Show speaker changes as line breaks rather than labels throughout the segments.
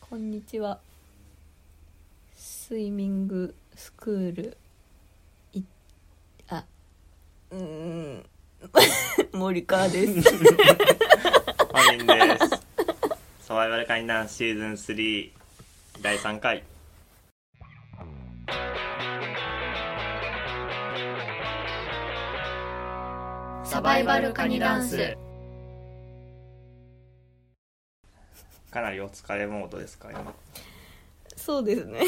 こんにちは。スイミングスクール。い。あ。うーん。 森川です。
本人です。サバイバル海難シーズン3第3回。
サバイバルカニダンス。
かなりお疲れモードですか今。
そうですね。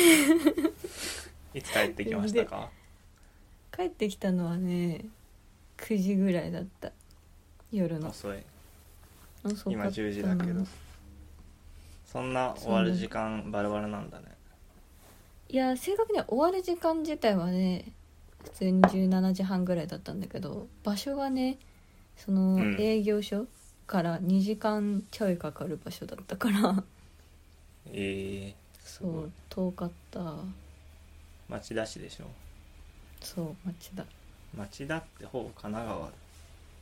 いつ帰ってきましたか。
帰ってきたのはね。9時ぐらいだった。夜の。
遅い。
遅か
今
ったな
10時だけど。そんな終わる時間バラバラなんだね。
いや、正確には終わる時間自体はね。普通に17時半ぐらいだったんだけど、場所がね。その
うん
営業所。から2時間ちょいかかる場所だったから
ええす
そ。
ごいう
遠かった
町田市でしょ。
そう町田
町田ってほぼ神奈川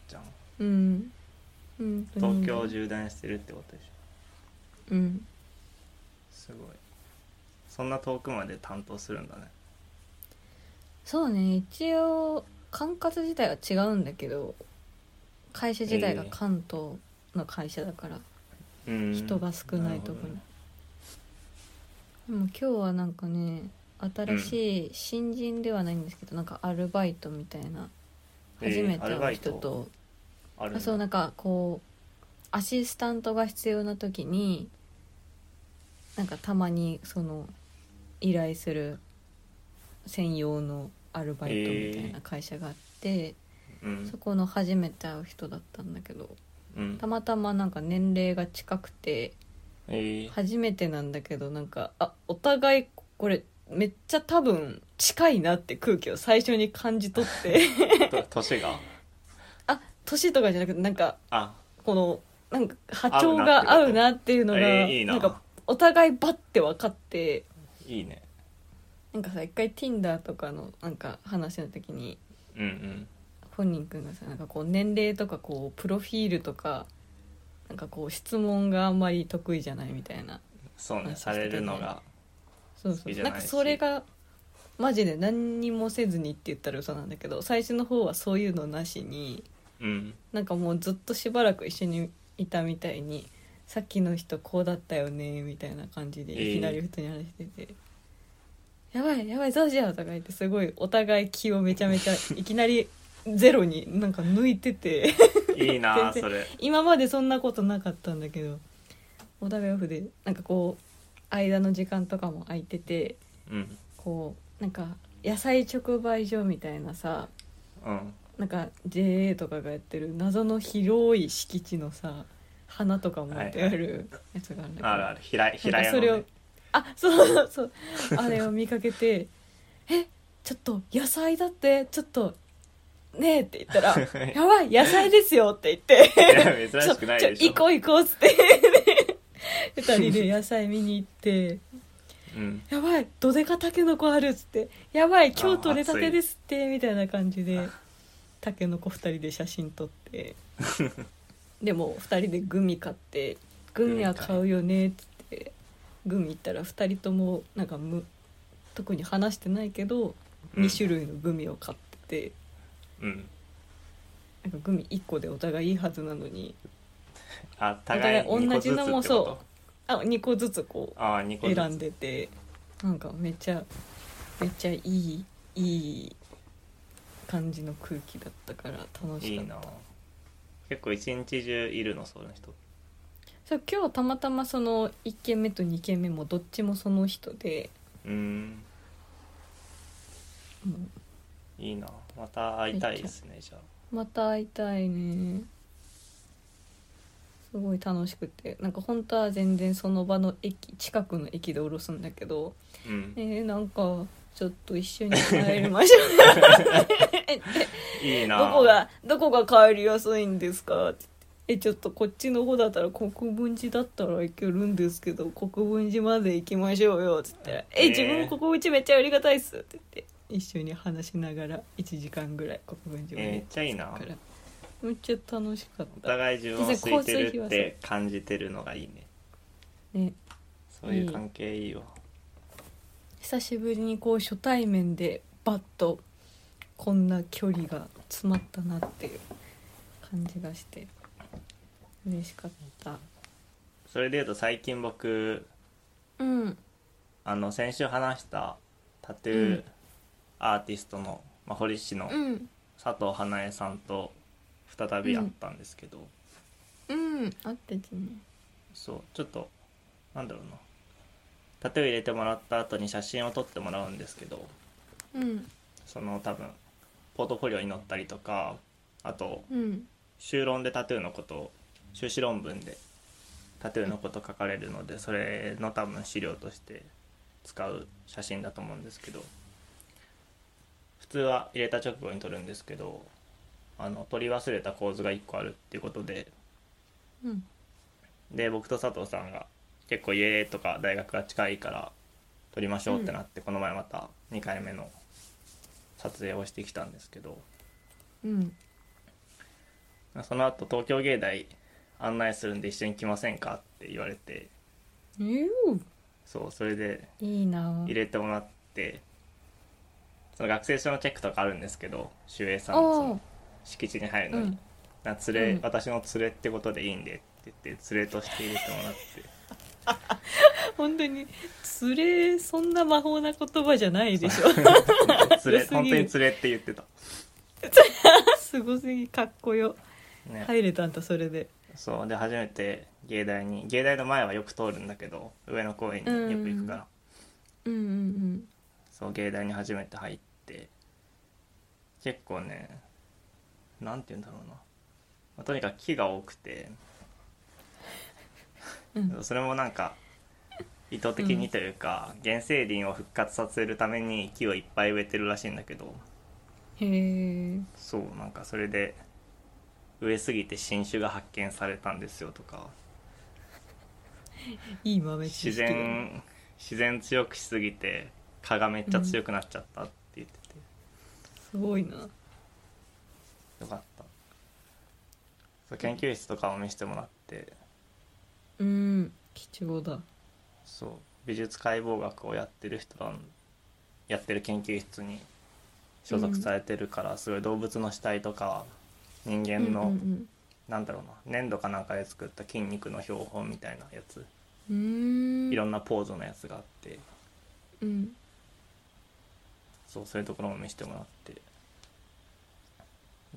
じゃん。
うんうん
東京を縦断してるってことでしょ。
うん
すごい。そんな遠くまで担当するんだね。
そうね一応管轄自体は違うんだけど会社自体が
ええ
関東の会社だから、
うん
人が少ないとこに、
る
でも今日はなんかね新しい、新人ではないんですけどなんかアルバイトみたいな
ええ
初めて
アル
会
バ
う
イト
人と、
ほどねある
あそうなんかこうアシスタントが必要な時になんかたまにその依頼する専用のアルバイトみたいな会社があって、
うん
そこの初めて会う人だったんだけど
うん
たまたまなんか年齢が近くて
えー
初めてなんだけどなんかあお互いこれめっちゃ多分近いなって空気を最初に感じ取って
と年が
あ年とかじゃなくてなんか
あ
このなんか波長が合うなっていうのが
えーいいな
なんかお互いバッて分かって
いいね
なんかさ一回 Tinder とかのなんか話の時に
うんうん
本人くんがさなんかこう年齢とかこうプロフィールとかなんかこう質問があんまり得意じゃないみたいな
そう
話
ね
して
さ
たね
れるのが
そうそ
好
う
きじゃ
な
ない
ん
し
かそれがマジで何にもせずにって言ったら嘘なんだけど最初の方はそういうのなしに
うん
なんかもうずっとしばらく一緒にいたみたいにさっきの人こうだったよねみたいな感じで
ええ
いきなり普通に話してて「やばいやばいどうしよう」とか言ってすごいお互い気をめちゃめちゃいきなり ゼロになんか抜いてて
いいな
全然
それ
今までそんなことなかったんだけどお互いオフでなんかこう間の時間とかも空いてて
うん
こうなんか野菜直売所みたいなさ
うん
なんか JA とかがやってる謎の広い敷地のさ花とかも置いてあるやつがあるんだけど、
あるある平い
な
平
んか
屋
そ
の
れを
ね
あそうそうそうあれを見かけて「えちょっと野菜だってちょっとねえ」って言 ったら「やばい野菜ですよ」って言って
いや
「
珍しくないで
ちょ
しょ
行こう行こう」っつって 二人で野菜見に行って。
うん
やばいどでかたけのこあるっつってやばい今日取れたてですってみたいな感じでたけのこ2人で写真撮って でも2人でグミ買ってグミは買うよねっつってグミ行ったら2人ともなんかむ特に話してないけど
うん
2種類のグミを買ってて
うん
なんかグミ1個でお互いいいはずなのに
あ互い
お互い同じのも
二個ずつってこと
そあ2個ずつこう
ああ二個ずつ
選んでてなんかめっちゃめっちゃいいいい感じの空気だったから楽
い
しか
い
っ
な
た
結構一日中いるのその人
そう今日たまたまその1軒目と2軒目もどっちもその人で
うん
も
いいなまた会いたいですねじゃあ
うまた会いたいねすごい楽しくてなんか本当は全然その場の駅近くの駅で降ろすんだけど
うん
えー、なんかちょっと一緒に帰りましょう
いいな
ど こがどこが帰りやすいんですか?」ってえちょっとこっちの方だったら国分寺だったら行けるんですけど国分寺まで行きましょうよ」っつったら「え
えー
自分も国分寺めっちゃありがたいっす」って言って一緒に話しながら1時間ぐらい国分
えー
寺ま
め
で
っちゃいいな
からめっちゃ楽しかっ
お
た
互い自分を
実際
空いて
交通費
る
は
っ
そう
て感じてるのがいいね
ね
そういう関係いいわ、
久しぶりにこう初対面でバッとこんな距離が詰まったなっていう感じがして嬉しかった
それでいうと最近僕
うん
あの先週話したタト
う
ゥー
ん
アーティストの、まあ、堀市の
うん
佐藤花江さんと再び会ったんですけど、
うんあってちね
そうちょっとなんだろうなタトゥー入れてもらった後に写真を撮ってもらうんですけど
うん
その多分ポートフォリオに載ったりとかあと
うん
修論でタトゥーのことを修士論文でタトゥーのこと書かれるのでそれの多分資料として使う写真だと思うんですけど普通は入れた直後に撮るんですけどあの撮り忘れた構図が1個あるっていうことで
うん
で僕と佐藤さんが結構家とか大学が近いから撮りましょうってなって、この前また2回目の撮影をしてきたんですけど
うん
その後東京芸大案内するんで一緒に来ませんかって言われて
えー
そうそれで
いいな
入れてもらってその学生証のチェックとかあるんですけど守衛さんのそ
お
の敷地に入る
う
のに、
ん
な連れ、
うん
私の連れってことでいいんでって言って連れとして入れてもらって。
本当に「連れ」そんな魔法な言葉じゃないでしょ
連れ
良すぎる
本当に連れって言ってた、
すごすぎかっこよ
ね
入れたんだそれで
そうで初めて芸大に芸大の前はよく通るんだけど上野公園によく行くから、
うんうんうん
そう芸大に初めて入って結構ねなんて言うんだろうな、まあとにかく木が多くて、
うん
それもなんか意図的にというか、原生林を復活させるために木をいっぱい植えてるらしいんだけど
へえ
そうなんかそれで植えすぎて新種が発見されたんですよとか
いい豆知識
自
だね
然自然強くしすぎて蚊がめっちゃ強くなっちゃったって言ってて、
すごいな
よかったそう研究室とかを見せてもらって
うん貴重だ
そう美術解剖学をやってる人らのやってる研究室に所属されてるから、すごい動物の死体とか人間の、
うんうん
なんだろうな粘土かなんかで作った筋肉の標本みたいなやつ
うん、うーん
いろんなポーズのやつがあって
うん
そうそういうところも見せてもらって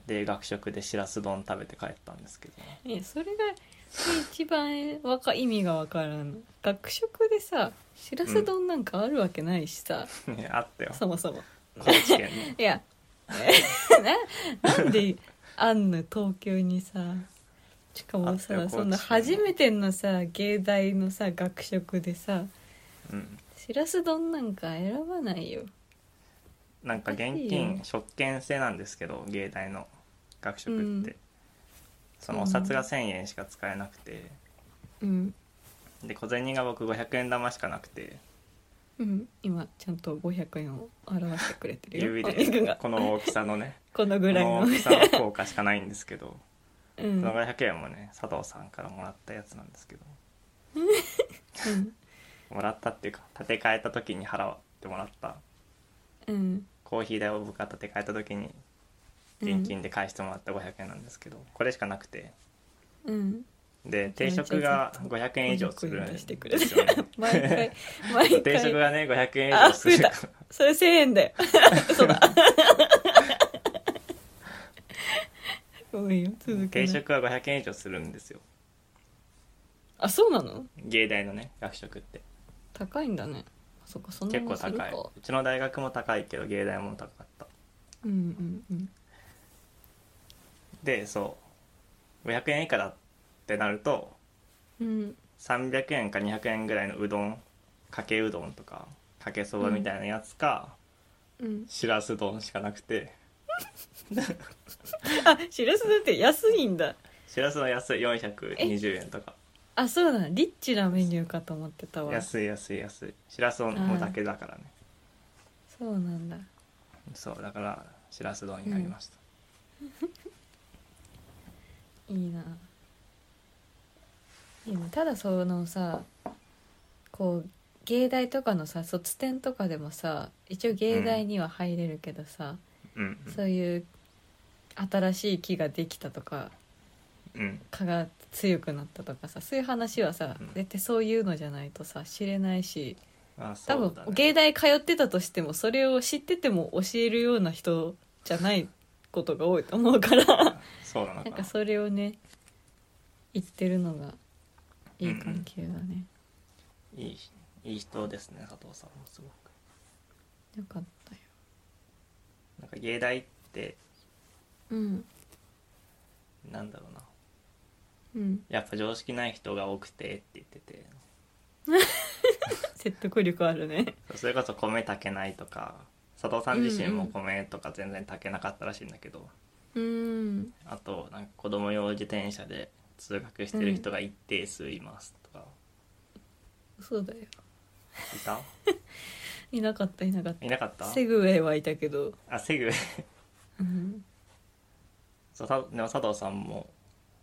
で学食でしらす丼食べて帰ったんですけどね
えそれが一番わか意味がわからん学食でさしらす丼なんかあるわけないしさ、
ね あったよ
そもそも
高知県の
いや ななんであんの東京にさしかも
あったよ
さ
高知
そんな初めてのさ芸大のさ学食でさ
うん
しらす丼なんか選ばないよ
なんか現
おかしい
金
よ
食券制なんですけど芸大の学食って、
うん
そのお札が1,000円しか使えなくて
うん
で小銭が僕500円玉しかなくて
うん今ちゃんと500円を表してくれてる
指
よお肉
で
が
この大きさの ね
この
こ
ぐらい
の
の
大きさの効果しかないんですけど、
う
そ
ん
の500円もね佐藤さんからもらったやつなんですけど
うん
もらったっていうか建て替えた時に払ってもらった
うん
コーヒー代を僕が立て替えた時に
うん
現金で返してもらった500円なんですけど、これしかなくて
うん
で定食が500円以上するん
出
で
してくれる
すよね
毎回毎
定食
回
がね500円以上するか
あ増それ1000円だよそうだごめんよ続
ら
けな
定
い
食は500円以上するんですよ
あそうなの
芸大のね学食って
高いんだねあそっかそんな
結
も
構
んする
高
か
いうちの大学も高いけど芸大も高かった
うんうん
でそう500円以下だってなると
うんうん
300円か200円ぐらいのうどんかけうどんとかかけそばみたいなやつか、
うん
しらす丼しかなくて
あしらすだって安いんだ
しらすの安い420円とか
あそうだリッチなメニューかと思ってたわ
安い安い安いしらすもだけだからね
そうなんだ
そうだからしらす丼になりました、
いいな。いいなただそのさここう芸大とかのさ卒展とかでもさ一応芸大には入れるけどさ、
うん
そういう新しい木ができたとか
うん
蚊が強くなったとかさそういう話はさ、
うん
絶対そういうのじゃないとさ知れないし
あ
多
そう
分
だ、ね、
芸大通ってたとしてもそれを知ってても教えるような人じゃないことが多いと思うから
そうなのか
な
なん
かそれをね言ってるのがいい関係だね。
いいいい人ですね佐藤さんもすごく
よかったよ。
なんか芸大って
うん
なんだろうな
うん、
やっぱ常識ない人が多くてって言ってて
説得力あるね。
それこそ米炊けないとか佐藤さん自身も米とか全然炊けなかったらしいんだけど、
うん
あとなんか子供用自転車で通学してる人が一定数いますとか、
そうだよ。
いた
いなかったいなかっ
いなかった
た。セグウェイはいたけど。
あセグ
うん
そうさでも佐藤さんも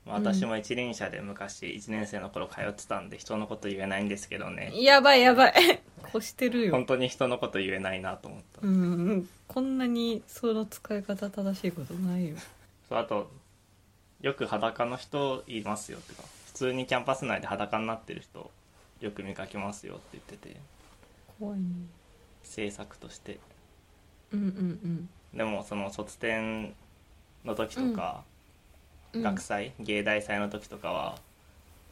まあ私も一輪車で昔1年生の頃通ってたんで人のこと言えないんですけどね
やばいやばい 越してるよ
本、当に人のこと言えないなと思った、
うん、こんなにその使い方正しいことないよ
そうあとよく裸の人いますよってか普通にキャンパス内で裸になってる人よく見かけますよって言ってて
怖いね
制作として
うんうん
でもその卒展の時とか、
うん
学祭芸大祭の時とかは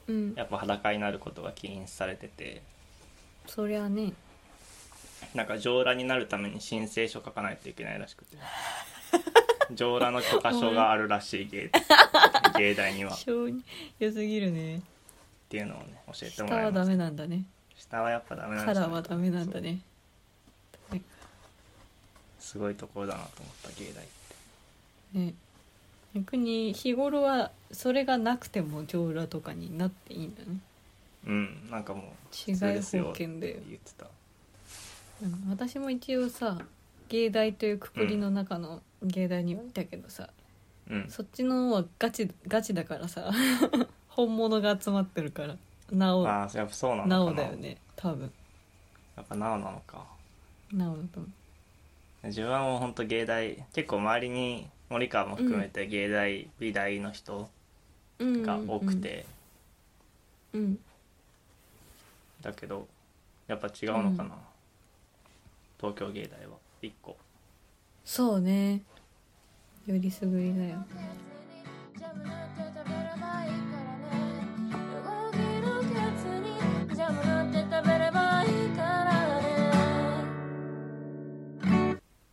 うん
やっぱ裸になることが禁止されてて
そりゃね
なんか上裸になるために申請書書かないといけないら しくて上裸の許可書があるらしい 芸芸大にはっ
性に良すぎるね
ていうのをね教えて
下
もら
はいダ
まし
メ
た
なんだね
下はやっぱダメなんです
カラーはダメなんだね
すごいところだなと思った芸大って
ね逆に日頃はそれがなくても上裸とかになっていいんだね
うんなんかもう
違
普通
い
ですよ
保険で
言ってた
うん私も一応さ芸大というくくりの中の芸大にはいたけどさ、
うん
そっちの方はガチガチだからさ 本物が集まってるからなお
ああやっぱそうなのかな
なおだよね多分
やっぱなおなのか
なおだと思
自分はもうほんと芸大結構周りに森川も含めて芸大、美大の人
ううんうんうん
が多くて、
うん
だけどやっぱ違うのかな、東京芸大は1個
そうねよりすぐりだよ
ジャムなんて食べればいいからね動きのケツにジャムなんて食べればいいからね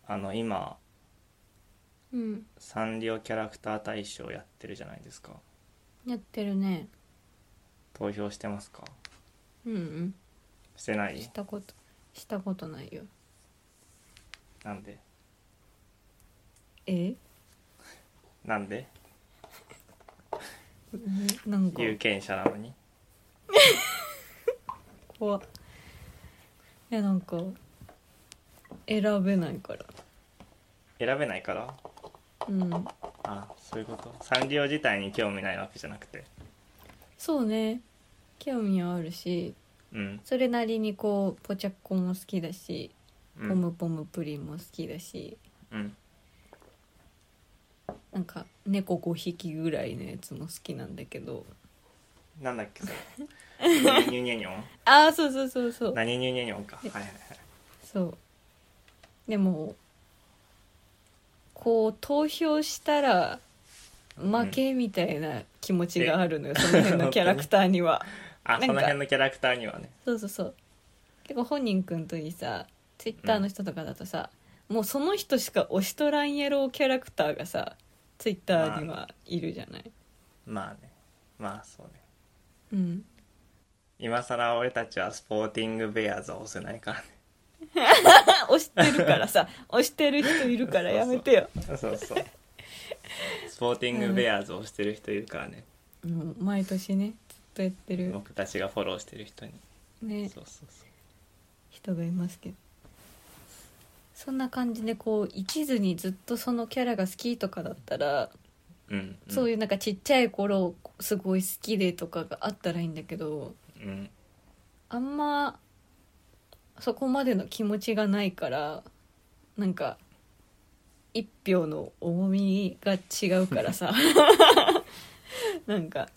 あの今
うん
サンリオキャラクター大賞やってるじゃないですか
やってるね
投票してますか
うん
してな
うん
い
したことしたことないよ
なんで
え
なんで
なんか
有権者なのに
怖っえなんか選べないから
選べないから
うん
あそういうことサンリオ自体に興味ないわけじゃなくて
そうね興味はあるし
うん、
それなりにこうポチャッコも好きだし、
うん、
ポムポムプリンも好きだし
うん
なんか猫5匹ぐらいのやつも好きなんだけど
なんだっけそれニュニュニュニョン
ああそうそうそうそう
何ニュニュニョンかはいはいはい
そうでもこう投票したら負けみたいな気持ちがあるのよ、その辺のキャラクターにはな
あ
んか
その辺のキャラクターにはね
そうそうそう結構本人くんといいさツイッターの人とかだとさ、もうその人しか推しとらんやろうキャラクターがさツイッターにはいるじゃない、
まあねまあそうね
うん
今更俺たちはスポーティングベアーズは押せないからね
押してるから さ押してる人いるからやめてよ
そうそうスポーティングベアーズをしてる人いるからね、
もう毎年ねずっとやってる、
僕たちがフォローしてる人に、
ね、
そうそうそ
人がいますけどそんな感じでこう一途にずっとそのキャラが好きとかだったら、
ううん、うん、
そういうなんかちっちゃい頃すごい好きでとかがあったらいいんだけど
うん
あんまそこまでの気持ちがないからなんか一票の重みが違うからさ なんか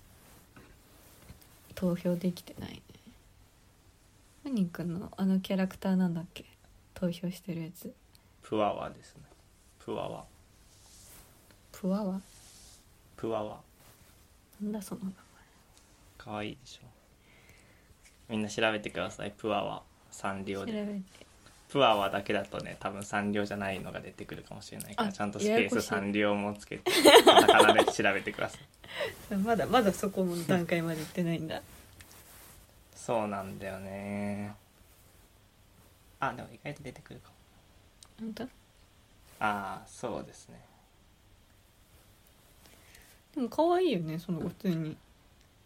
投票できてないね何くんのあのキャラクターなんだっけ投票してるやつ
プワワですねプワワ
プワワ
プワワ
なんだその名前
可愛いでしょみんな調べてくださいプワワサンリオ
調べ
で
て
プワワだけだとね多分サンリオじゃないのが出てくるかもしれないから
あ
ちゃんとスペ
やや
ー
こ
ス
しい
サンリオもつけてカタカナで調べてください
まだまだそこの段階まで行ってないんだ
そうなんだよねあでも意外と出てくるかも
本当
ああそうですね
でも可愛いよねその子普通に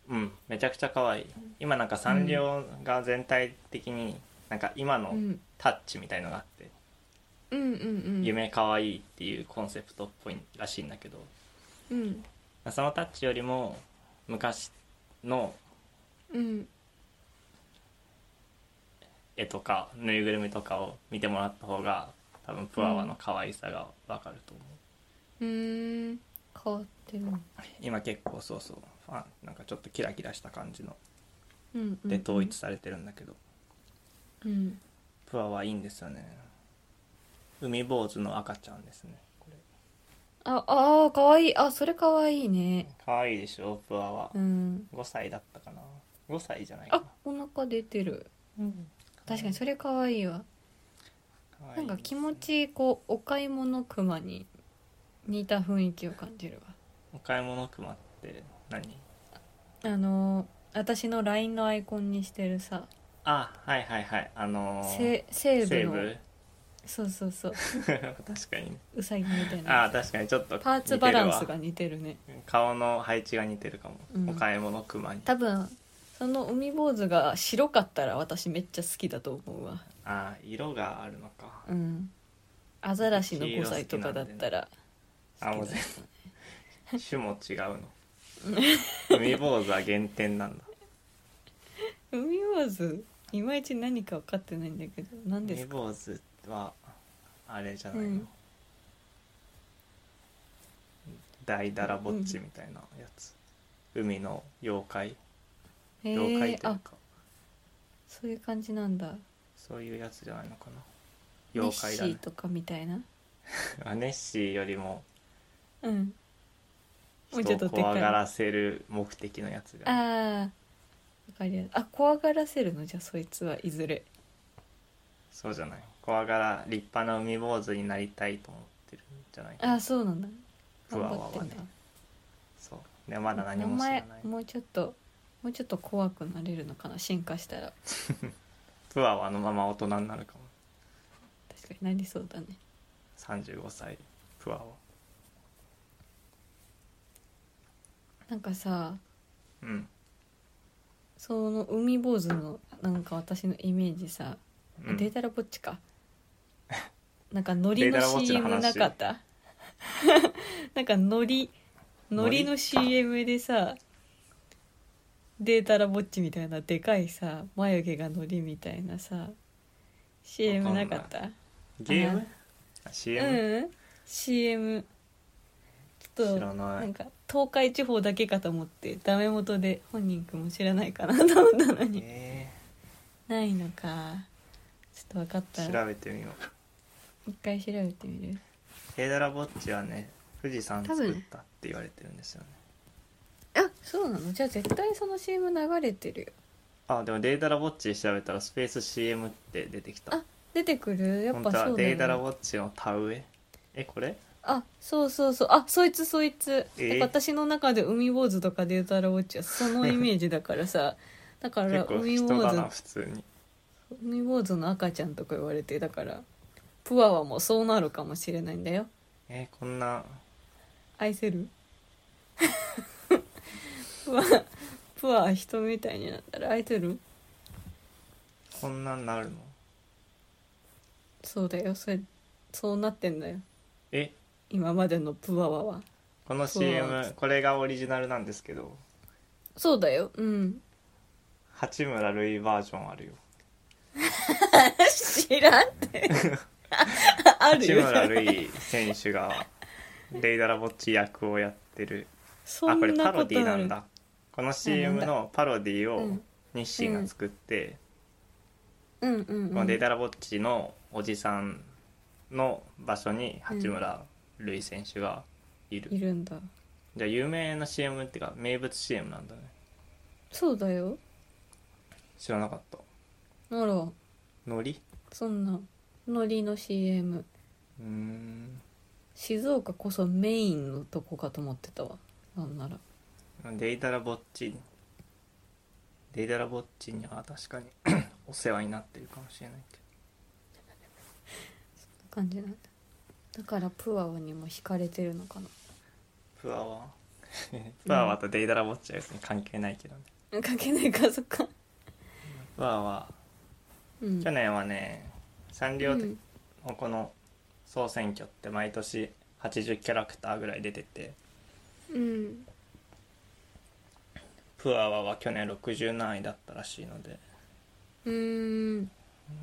うんめちゃくちゃ可愛い今なんかサンリオが全体的になんか今の
うん
タッチみたいのがあって、
うんうんうん
夢可愛いっていうコンセプトっぽいらしいんだけど
うん
そのタッチよりも昔の
うん
絵とかぬいぐるみとかを見てもらった方が多分プワワの可愛さがわかると思う、
うーん変わってる
今結構そうそうファンなんかちょっとキラキラした感じの
うんうん
で統一されてるんだけど、
うん
プワはいいんですよね海坊主の赤ちゃんですねこれ
ああー可愛いあそれ可愛いね
可愛いでしょプワは、
うん
5歳だったかな5歳じゃないか
あ
な
お腹出てる確かにそれ可愛いわ
可愛
ないん
ですね
か気持ちこうお買い物クマに似た雰囲気を感じるわ
お買い物熊って何
あのー私の LINE のアイコンにしてるさ
あはいはいはいあのー、
せ西部
西
の
部
そうそうそう
確かに
うさぎみたい
あ
な
ー確かにちょっと
パーツ
似て
バ
るわ
ランスが似てるね
顔の配置が似てるかも、
うん
お買い物熊に
多分その海坊主が白かったら私めっちゃ好きだと思うわ
あー色があるのか
うんアザラシの5歳とかだったら
黄色好きなんだよねあもう
好きだ
全
ったね
種も違 うの海坊主は原点なんだ
海坊主いまいち何か分かってないんだけど何で
海
すか
坊主はあれじゃないの、
うん
大だらぼっちみたいなやつ、海の妖怪
へ
妖怪
え
という
あ
か、
そういう感じなんだ
そういうやつじゃないのかな
ネッ
妖
シ
怪だ
ー
ね
とかみたいな
あネッシーよりも
うんもうち
人
ょっと
を
でかい
怖がらせる目的のやつじゃない
あーわかりやすいあ怖がらせるのじゃあそいつはいずれ
そうじゃない怖がら立派な海坊主になりたいと思ってるんじゃないか
あ
な
ーそうなんだ
ふ
頑
わ
張
わ
って
は
ん
ね
だ
そうでまだ何
名
も知らない
前もうちょっともうちょっと怖くなれるのかな進化したら
プワはあのまま大人になるかも
確かになりそうだね
35歳プワは
なんかさ
うん
その海坊主のなんか私のイメージさ、
うん
データラぼっちか なんか海苔
データラぼ
の
っちの
CM な
話
かった なんか海苔海苔の CM でさデータラぼっちみたいなでかいさ眉毛が海苔みたいなさ CM なかった
ゲームあ
う
?CM?
んうん CM ちょっと
知らな
ないんか東海地方だけかと思ってダメ元で本人くんも知らないかなと思ったのに
え
ないのかちょっと分かった
ー
ら
調べてみよう
一回調べてみる
ヘイダラぼっちはね富士山作ったって言われてるんですよね
あそうなのじゃあ絶対その CM 流れてるよ
あでもデータラボッチで調べたらスペース CM って出てきた
あ出てくるやっ
本
ぱ
当は
そうだ
データラ
よ、ね、
ボッチの田植ええこれ
あそうそうそうあそいつそいつ、
えー
やっぱ私の中で海坊主とかデータラウォッチはそのイメージだから さだから
結構
海
人
坊
だ
主
な普通に
海坊主の赤ちゃんとか言われてだからプアはもうそうなるかもしれないんだよ
えこんな
愛せる プアプアは人みたいになったら愛せる
こんなんなるの
そうだよそれそうなってんだよ
え
今までのプアワは
この
そうなんです
CM これがオリジナルなんですけど
そうだようん
八村塁バージョンあるよ
いらんって ある
八村塁選手がレイダラボッチ役をやってる
そ
あこれ
ん
パ
な
ロ
こ
ディ
と
な
ある
んだこの CM のパロディ
う
を
ん
日清が作っ
うんうん
て、こ
う
の
ん
デイダラボッチのおじさんの場所に八村塁選手がいる、
いるんだ
じゃあ有名な CM っていうか名物 CM なんだね
そうだよ
知らなかった
あら
ノリ
そんなノリの CM
うーん
静岡こそメインのとこかと思ってたわなんなら
デイダラボッチデイダラボッチには確かに お世話になってるかもしれないけど
感じなんだだからプアワにも惹かれてるのかな
プア ワプアワとデイダラボッチは別に関係ないけどね、
関係ないかそっか
プアワ
うん
去年はねサンリオ
う
で
ん
この総選挙って毎年80キャラクターぐらい出てて
うん
プアワは去年60何位だったらしいので
うーん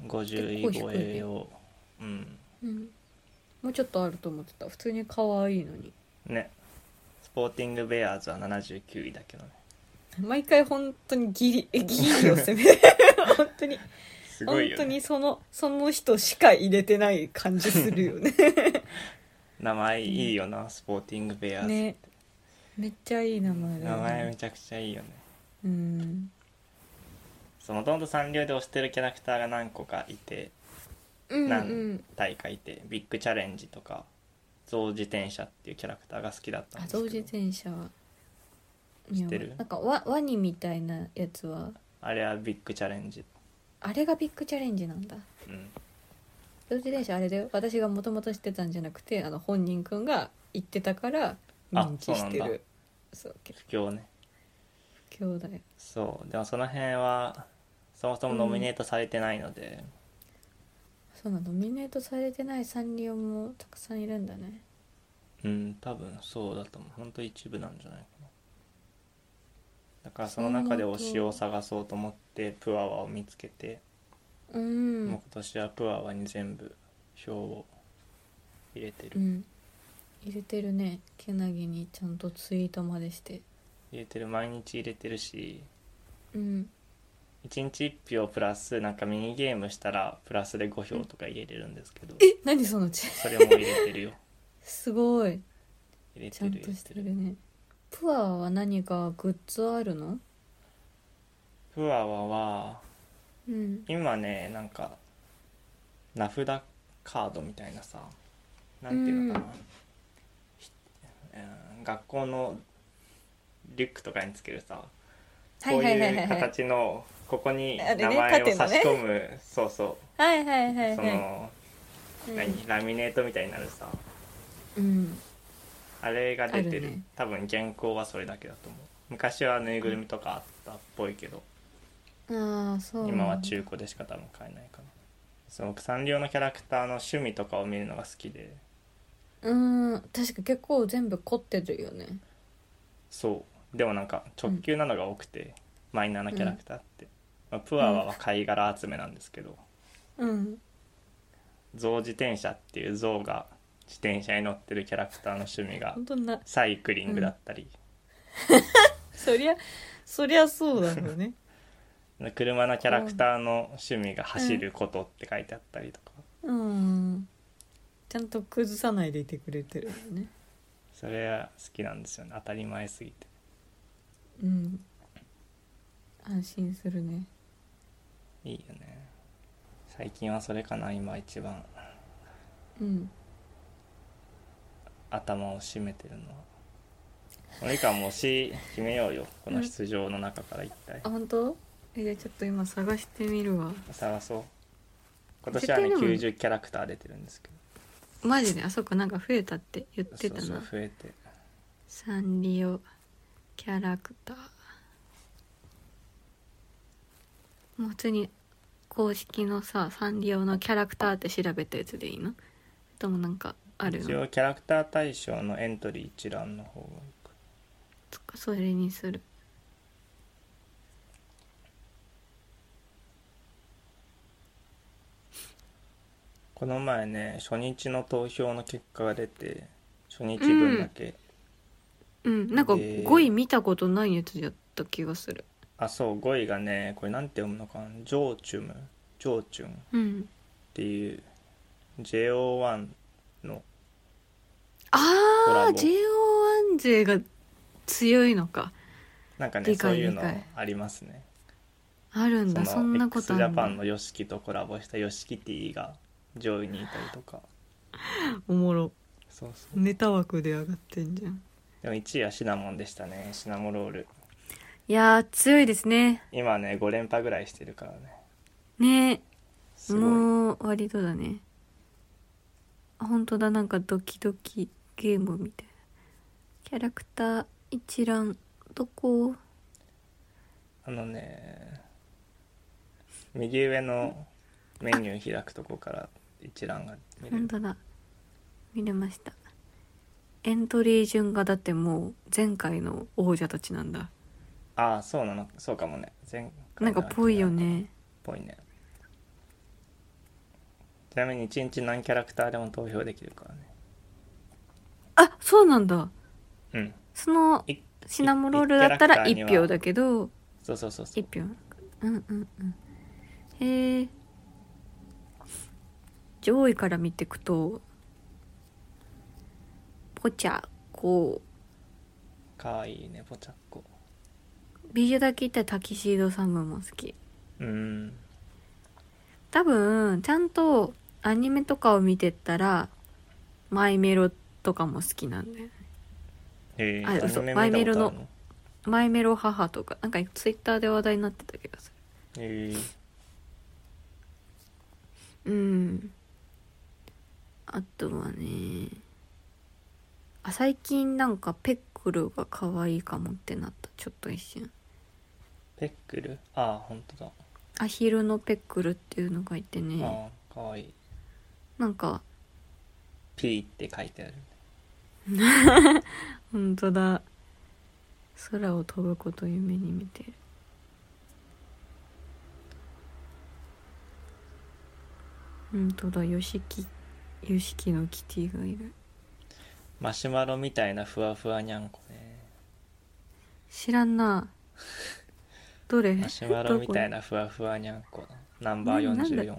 50位超えをうん
うんもうちょっとあると思ってた普通に可愛いのに
ねスポーティングベアーズは79位だけどね
毎回本当にギリギリを攻め る本当に
すごい
本
よ
当
ね
にそのその人しか入れてない感じするよ ね
名前いいよな、スポーティングベアーズ、
ねめっちゃいい名前だ
名
よ
前め
ね
ちゃくちゃいいよね
うん
そうもともとサンリオで推してるキャラクターが何個かいて
うんう
何
ん
大会いて、ビッグチャレンジとか象自転車っていうキャラクターが好きだったん
あ
ですけ
同
ど
時転車は
知ってる
いやなんかワワニみたいなやつは
あれはビッグチャレンジ、
あれがビッグチャレンジなんだ
うん、
同時転車あれだよ私がもともと知ってたんじゃなくてあの本人くんが言ってたから認知して
あそうなん
るそう結
不況ね
構だよ
そうでもその辺はそもそもノミネートされてないので、
そうなのノミネートされてないサンリオもたくさんいるんだね
うん、多分そうだと思うほんと一部なんじゃないかなだからその中で推しを探そうと思ってプアワを見つけて、
う
もうん今年はプアワに全部票を入れてる、
うん入れてるねけなげにちゃんとツイートまでして
入れてる毎日入れてるし
うん
1日1票プラスなんかミニゲームしたらプラスで5票とか入れれるんですけど、
え何そのち
それも入れてるよ
すごい
入れ
ち
て
ゃん
る入れ
としてて
る
るねプアは何かグッズあるの
プアワは
うん
今ねなんか名札カードみたいなさなんていうのかな、ひうん学校のリュックとかにつけるさ
は
こ
いうはいはい
い
は
う
いはい
形のここに
あれね
名前を差し
縦
込
の
む、そうそ、
はいはいうはい
そ
はい
の、
うん
何ラミネートみたいになるさ
うん
あれが出て
あ
る
るね
多分現行はそれだけだと思う昔はぬいぐるみとかあったっぽいけど、
ああそうなんだ
今は中古でしか多分買えないかなそう僕サンリオのキャラクターの趣味とかを見るのが好きで
うーん確か結構全部凝ってるよね
そうでもなんか直球なのが多くて、マイナーなキャラクターって、まあ、プアワは貝殻集めなんですけど、
うん
象自転車っていう象が自転車に乗ってるキャラクターの趣味が
本当な
サイクリングだったり、
そりゃそりゃそうだろうね
車のキャラクターの趣味が走ることって書いてあったりとか、
うんちゃんと崩さないでいてくれてるよね
それは好きなんですよね当たり前すぎて
うん安心するね
いいよね最近はそれかな今一番
うん
頭を締めてるのは森川も推し決めようよこの出場の中から一体
あ本当えじゃあちょっと今探してみるわ
探そう今年はね
絶対でも
90キャラクター出てるんですけ
マジであそこなんか増えたって言っ
ど
てたな
そうそう増えて
サンリオキャラクターもう普通に公式のさサンリオのキャラクターって調べたやつでいいのでもなんかある
一
の
応キャラクター大賞のエントリー一覧の方がいいか
そっかそれにする
この前ね初日の投票の結果が出て初日分だけ、
うんなんか
で
5位見たことないやつやった気がする
あそう5位がねこれなんて読むのかなジョーチュムジョーチュンっ
うん
ていう JO1 のコ
あ
ラ
あ
ボ
JO1 勢が強いのか
なんかね
理
そ
解
ういうの
理解
ありますね
あるんだそ
そ
ん
の
なことあ
x ジ
る
ャ
ん
パ
だ
ンの YOSHIKI とコラボした YOSHIKIT が上位にいたりとか
おもろ
そうそう
ネタ枠で上がってんじゃん
でも1位はシナモンでしたねシナモロール
いやー強いですね
今ね5連覇ぐらいしてるからね
ね
すごい
もう割とだねあ本当だなんかドキドキゲームみたいなキャラクター一覧どこ
あのね右上のメニュー開くとこから一覧が見れ
本
る
当だ見れましたエントリー順がだってもう前回の王者たちなんだ
ああそうなのそうかもね前
なん
回の
かぽいよね
ぽいねちなみに1日何キャラクターでも投票できるからね
あそうなんだ
うん
その
い
シナモロールだったら
一キャ
1
ラクターには
票だけど
そうそうそうそう
1票うんうんうんへえ上位から見てくとポチャこ
かわいいねぽちゃっこ
う美女だけ言ったらタキシードサムも好き
うん
多分ちゃんとアニメとかを見てったらマイメロとかも好きなんだよね
え
あ嘘
ア
マイ
ニメ
メ
見た
ロ
ことあ
の
るの
マイメロ母とかなんかツイッターで話題になってた気がす
えー
るうんあとはねあ最近なんかペックルが可愛いかもってなったちょっと一瞬
ペックルああ本当だ、
アヒルのペックルっていうのがいてね
ああかわいい
なんか
P って書いてある
本当だ空を飛ぶことを夢に見てる本当だヨシキヨシキのキティがいる
マシュマロみたいなふわふわにゃんこね
知らんなどれ
マシュマロみたい
な
なふわふわにゃんこナンバー
ななんだ
44
も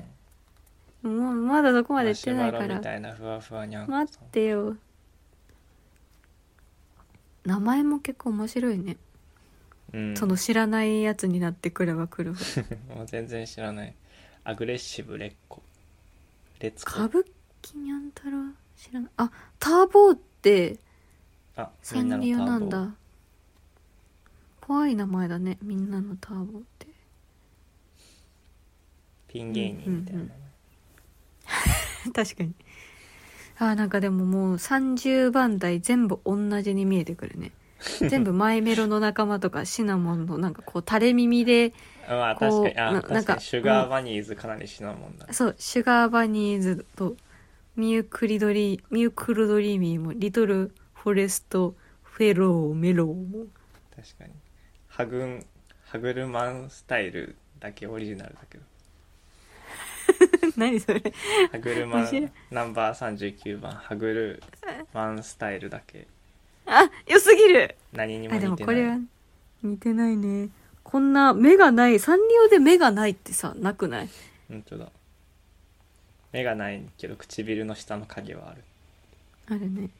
うまだそこまで行
マ
っ
シ
て
ュ
な
マ
いか
ロみ
ら
たいなふわふわにゃんこ
待ってよ名前も結構面白いね、
うん、
その知らないやつになってくれば来るほど
もう全然知らないアグレッシブレッコレッツコ
歌舞伎にゃん太郎知らないあターボーって
あ
サンリオなん
ターボ
だ怖い名前だねみんなのターボーって
ピン芸人みたいな、
うんうん確かにあーなんかでももう30番台全部同じに見えてくるね全部マイメロの仲間とかシナモンのなんかこう垂れ耳で
まあ
こう
確かにあ
なな
確
ん
か
か
にシュガーバニーズかなりシナモンだ、
そうシュガーバニーズとミュークリドリミュークルドリーミーもリトルフォレストフェローメローも
確かにハグンハグルマンスタイルだけオリジナルだけ ど
何それ
ハグルマ
面白い
ンナンバー39番ハグルマンスタイルだけ
あ良すぎる
何にも
あで
似
も
て
こ
な
れはい似てないねこんな目がないサンリオで目がないってさなくない
本当だ目がないけど唇の下の影はある
あるね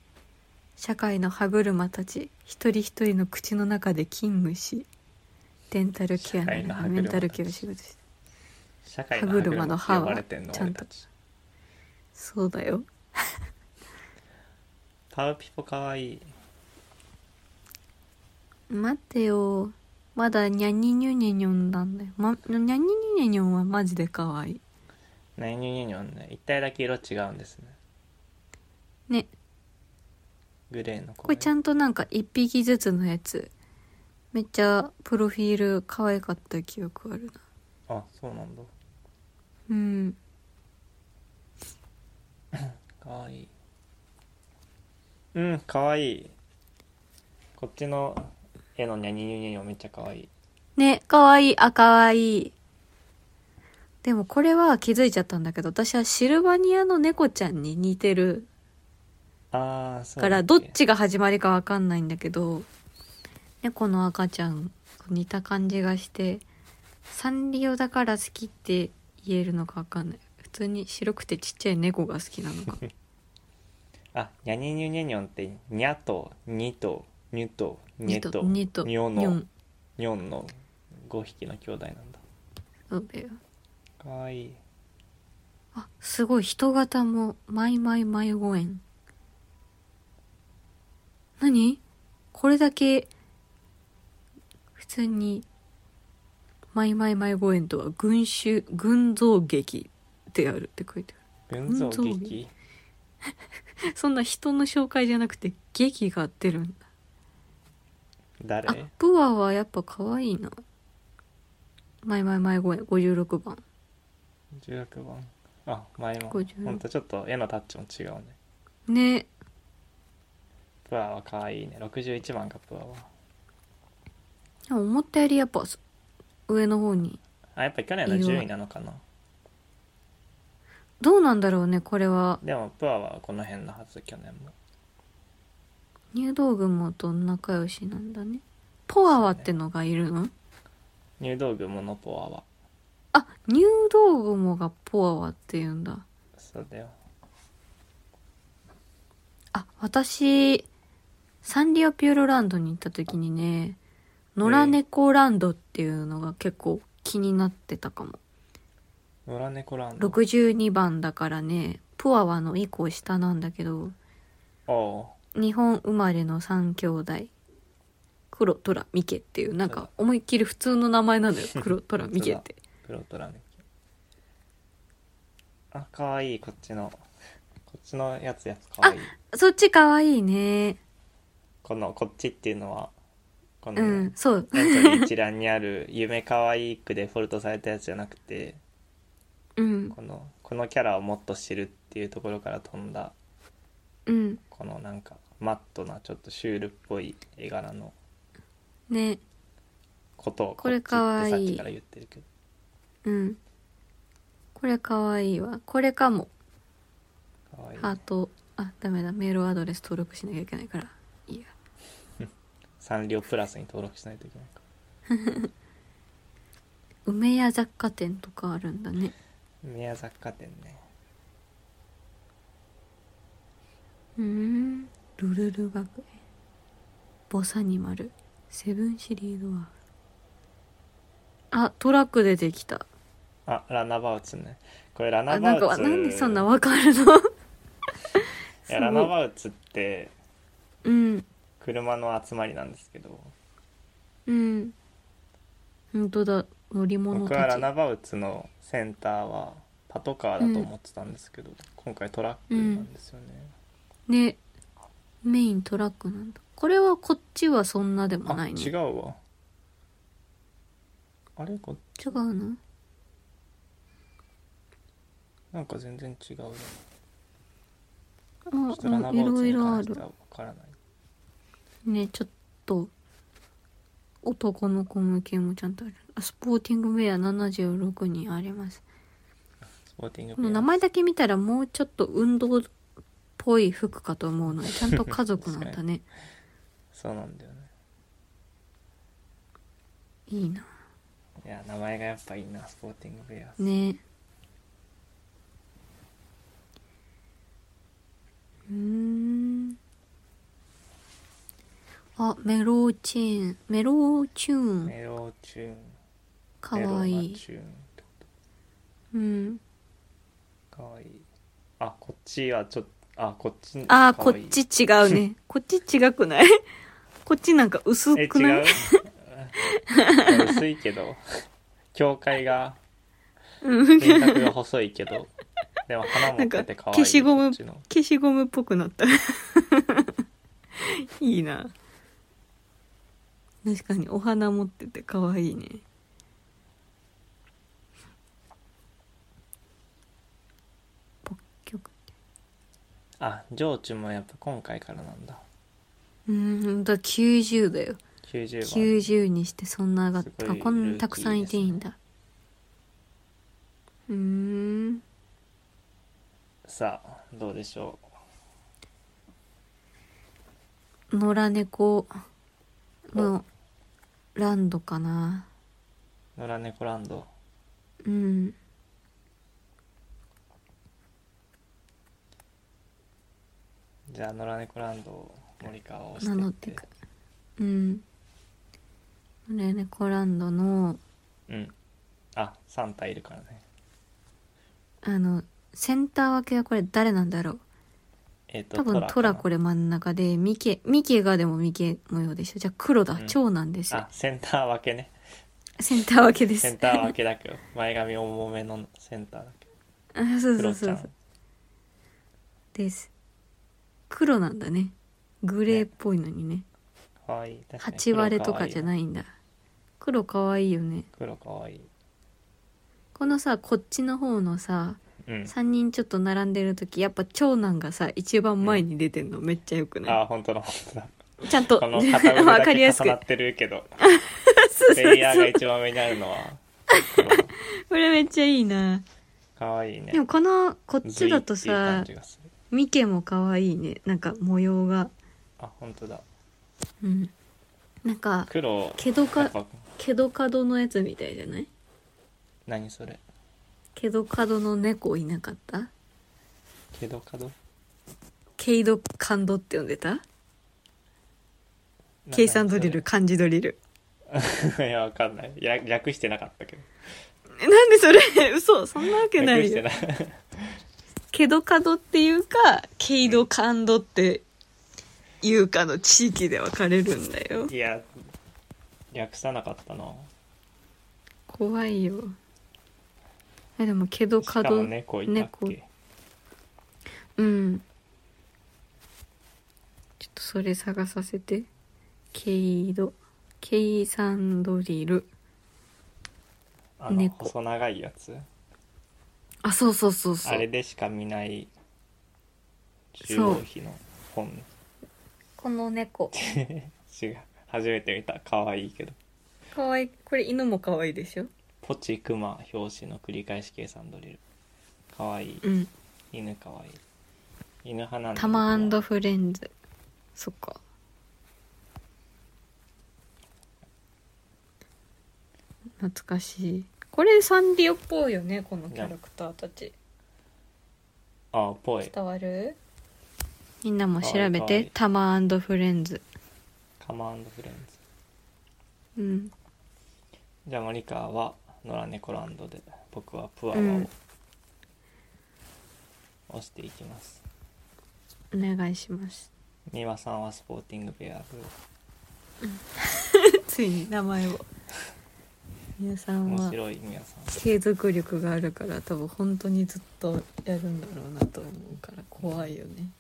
社会の歯車たち一人一人の口の中で勤務しデンタルケアな
社会の
ら
歯車
メンタルケアを仕事して
社会
歯
の
車の歯は
歯車って呼ばれてんの
ちゃ
俺
んと
たち
そうだよ
パウピポかわいい
待ってよまだニャニニュニャニョンなんだよ、ま、ニャニニュニャニョンはマジで可愛い
ねニュニュニョンね一体だけ色違うんですね
ね
グレーの子
これちゃんとなんか一匹ずつのやつめっちゃプロフィール可愛かった記憶あるな
あそうなんだ
うん
かわいいうんかわいいこっちの絵のニャニニュニョンめっちゃかわいい
ね、かわいい、あ、かわいい。でもこれは気づいちゃったんだけど私はシルバニアの猫ちゃんに似てる
ああそう
か
だ
ら
け
どっちが始まりかわかんないんだけど猫の赤ちゃん似た感じがしてサンリオだから好きって言えるのかわかんない普通に白くてちっちゃい猫が好きなの か
あニャニニュニャニョンってニャとニとニュとニ
ニ
ェ
と
と
ニと
ニョ
ニョ
の
ン
ニョンの5匹の兄弟なんだ
そうだよ
かわいい
あすごい人型もマイマイマイゴエン何これだけ普通にマイマイマイゴエンとは群衆群像劇であるって書いて
群像
群像
劇
あるそんな人の紹介じゃなくて劇が出るんだ
誰
あブアはやっぱ可愛いなマイマイマイゴエン56番
16番あ前も
56
ほんとちょっと絵のタッチも違うね
ね
プアは可愛いね61番かプアは
でも思ったよりやっぱ上の方に
あやっぱり去年の10位なのかな
どうなんだろうねこれは
でもプアはこの辺のはず去年も
入道雲と仲良しなんだねポアワってのがいるの
入道雲のポアは
あ入道雲がポアワって言うんだ
そうだよ
あ私サンリオピューロランドに行った時にね野良猫ランドっていうのが結構気になってたかも
野良猫ランド
62番だからねポアワの1個下なんだけど
おう
日本生まれの3兄弟黒トラミケっていうなんか思いっきり普通の名前なのよ黒トラミケって
プロトラネキあ可愛いこっちのこっちのやつやつ可愛い
そっちかわいいね
このこっちっていうのはこの、
うん、そう。
エントリー一覧にある「夢可愛いく」デフォルトされたやつじゃなくて
うん、
このこのキャラをもっと知るっていうところから飛んだ
うん。
このなんかマットなちょっとシュールっぽい絵柄の
ね、
ことを
これ
っちってさっ
可愛い
きから言ってるけど
うん。これかわいいわ。これかも。
可愛いね、
ハート、あ、ダメだ。メールアドレス登録しなきゃいけないから。いいや。
サンリオプラスに登録しないといけないか
梅屋雑貨店とかあるんだね。
宮雑貨店ね
うーん。ルルル学園。ボサニマル。セブンシリードは。あ、トラック出てきた。
あラナバウツねこれラナ
あ、なん
バウツ
か、なんでそんなわかるの
いやラナバウツって
うん。
車の集まりなんですけど
うん。本当だ。乗り物
僕
た
はラ
ち。
ナバウツのセンターはパトカーだと思ってたんですけど、今回トラックなんですよね、
ねメイントラックなんだこれはこっちはそんなでも
あ
ないね
違
違う
うわあれこ
の
なんか全然違うなちょっとラナ
あ
バ
いろ
ウツ
い
に
ろあ
関して
る
はわからない
ねちょっと男の子向けもちゃんとあるあスポーティングウェア76にあります
スポーティング
この
ペア
名前だけ見たらもうちょっと運動っぽい服かと思うのでちゃんと家族なんだ ね
そうなんだよね
いいない
や名前がやっぱいいなスポーティングベアス、
ねうーんあメローチューンメローチューン
メロチューン
か
メロ
わ
マ
いい
チューンってこ
うん
とかわいいあこっちはちょっとあこっち
あー
か
こ
わいい
っち違うねこっち違くない こっちなんか薄
え違
くないう
薄いけど境界が
うん
輪郭が細いけどでも花持ってて可愛い
消しゴム
こっちの
消しゴムっぽくなった いいな確かにお花持っててかわいいねポッキョク
あ情緒もやっぱ今回からなんだ
うーんだ90だよ
90
90にしてそんな上がっ
す
た
ご
あ
い
こんなにたくさんいていいんだうーん
さあどうでしょ
野良猫のランドかな
う野良猫ランド
うん
じゃあ野良猫ランドを森川を押して
なの
っ
で
て
かうん野良猫ランドの
うんあ三3体いるからね
あのセンター分けはこれ誰なんだろう
えっ、と
多分トラ
かな
これ真ん中でミケミケがでもミケ模様でしょじゃあ黒だ、
うん
長男です
あセンター分けね
センター分けで
セ
す
ンター分けだけど前髪重めのセンターだけど
あそう
ク
そ
ロ
う
ち
そ
ゃ
うんそうです黒なんだねグレーっぽいのにね
かわいい確かに
8割れとかじゃ
い
ないんだ黒かわいいよね
黒かわいい
このさこっちの方のさ
うん
3人ちょっと並んでる時やっぱ長男がさ一番前に出てんのめっちゃよくない
あ本当だ本 当だ
ちゃんと
この片腕
わ
だ
かり
け
やす
重
く
なってるけど
そうそう
レイヤー
そ
が
う
一番上にあるの は
これめっちゃいいな
かわいいね
でもこのこっ
ず
ち
い
だと
ってい
さ
う感じがする
ミケも可愛いねなんか模様が
あ本当だ
うんなんか
黒
ケド
やっ
カ
ぱ
ケドカドのやつみたいじゃない
何それ
ケドカドの猫いなかった
けどかど
ケイドカンドって呼んでた計算ドリル漢字ドリル
ル いやわかんないや略してなかったけど
えなんでそれ 嘘そんなわけな
略
い
して
よ
ない
ケドカドっていうかケイドカンドっていうかの地域で分かれるんだよ
いや略さなかったな
怖いよえでもケド
し
カ
か
ド
も猫いたっけ
猫うんちょっとそれ探させてケイドケイサンドリル
あの
猫
細長いやつ
あそうそうそうそ
あれ
う
でしか見ない中央碑の本
この猫
違う初めて見た可愛いけど
かわいいこれ犬もかわいいでしょ
ポチクマ表紙の繰り返し計算ドリル可愛い
うん
犬可愛い犬派なんだ
タマ
僕は
フレンズそっか懐かしいこれサンリオっぽいよねこのキャラクターたち
あぽい
伝わるみんなも調べ
かわいい
てタマフレンズ
カマンドフレンズ
うん
じゃあ森川は野良猫ランドで僕はプアワ
うん
を押していきます、
お願いします
美輪さんはスポーティングベアブ
ついに名 前を皆さん
面
は
白い美輪さん
継続力があるから多分本当にずっとやるんだろうなと思うから怖いよね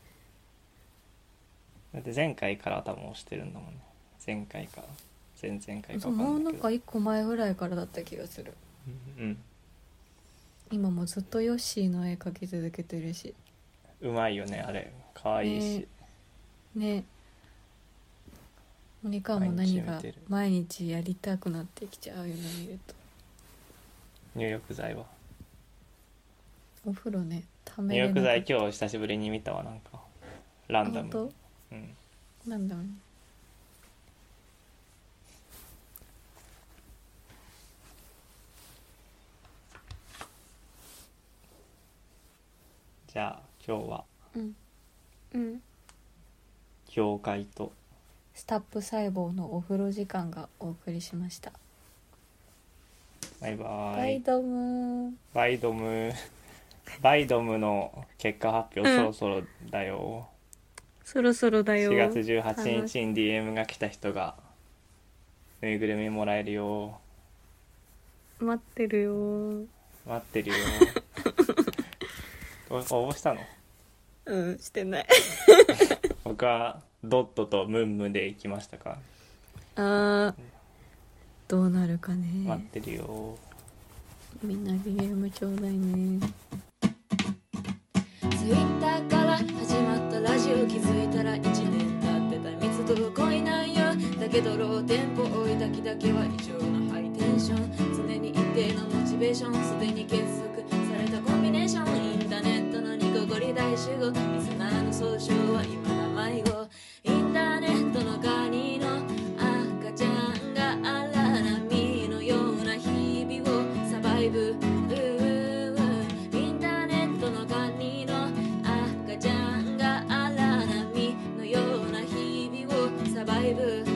だって前回から多分押してるんだもんね前回か前々回か
そ
分
う
か
もうんな
な
いん
け
か
ど
一個前ぐらいからだった気がする
うん
今もずっとヨッシーの絵描き続けてるし
うまいよねあれ可愛いし、
ねモニカも何
毎日見
が
てる
毎日やりたくなってきちゃうよね見ると
入浴剤は
お風呂ねため
入
れな
浴
か
剤今日久しぶりに見たわなんかランダムに
本
うん、
当なんだろうね
じゃあ今日は
うんうん
教会と
スタップ細胞のお風呂時間がお送りしました
バイバ
バ
イ
イドムー
バイド ムバイドムの結果発表そろそろだよ
そろそろだよ
4月18日に DM が来た人がぬいぐるみもらえるよ
待ってるよ
待って るよお応募したの
うんしてない
僕はドットとムンムンで行きましたか
あーどうなるかね
待ってるよ
みんなゲームちょうだいね
ツイッターから始まったラジオ気づいたら1年経ってた密度が濃いなんよだけどローテンポ追いだきだけは異常なハイテンション常に一定のモチベーションすでに結束
れたコンビネーションインターネットのニコゴリ大集合リスナーの総称は今だ迷子インターネットのカニの赤ちゃんが荒波のような日々をサバイブうーうーインターネットのカニの赤ちゃんが荒波のような日々をサバイブ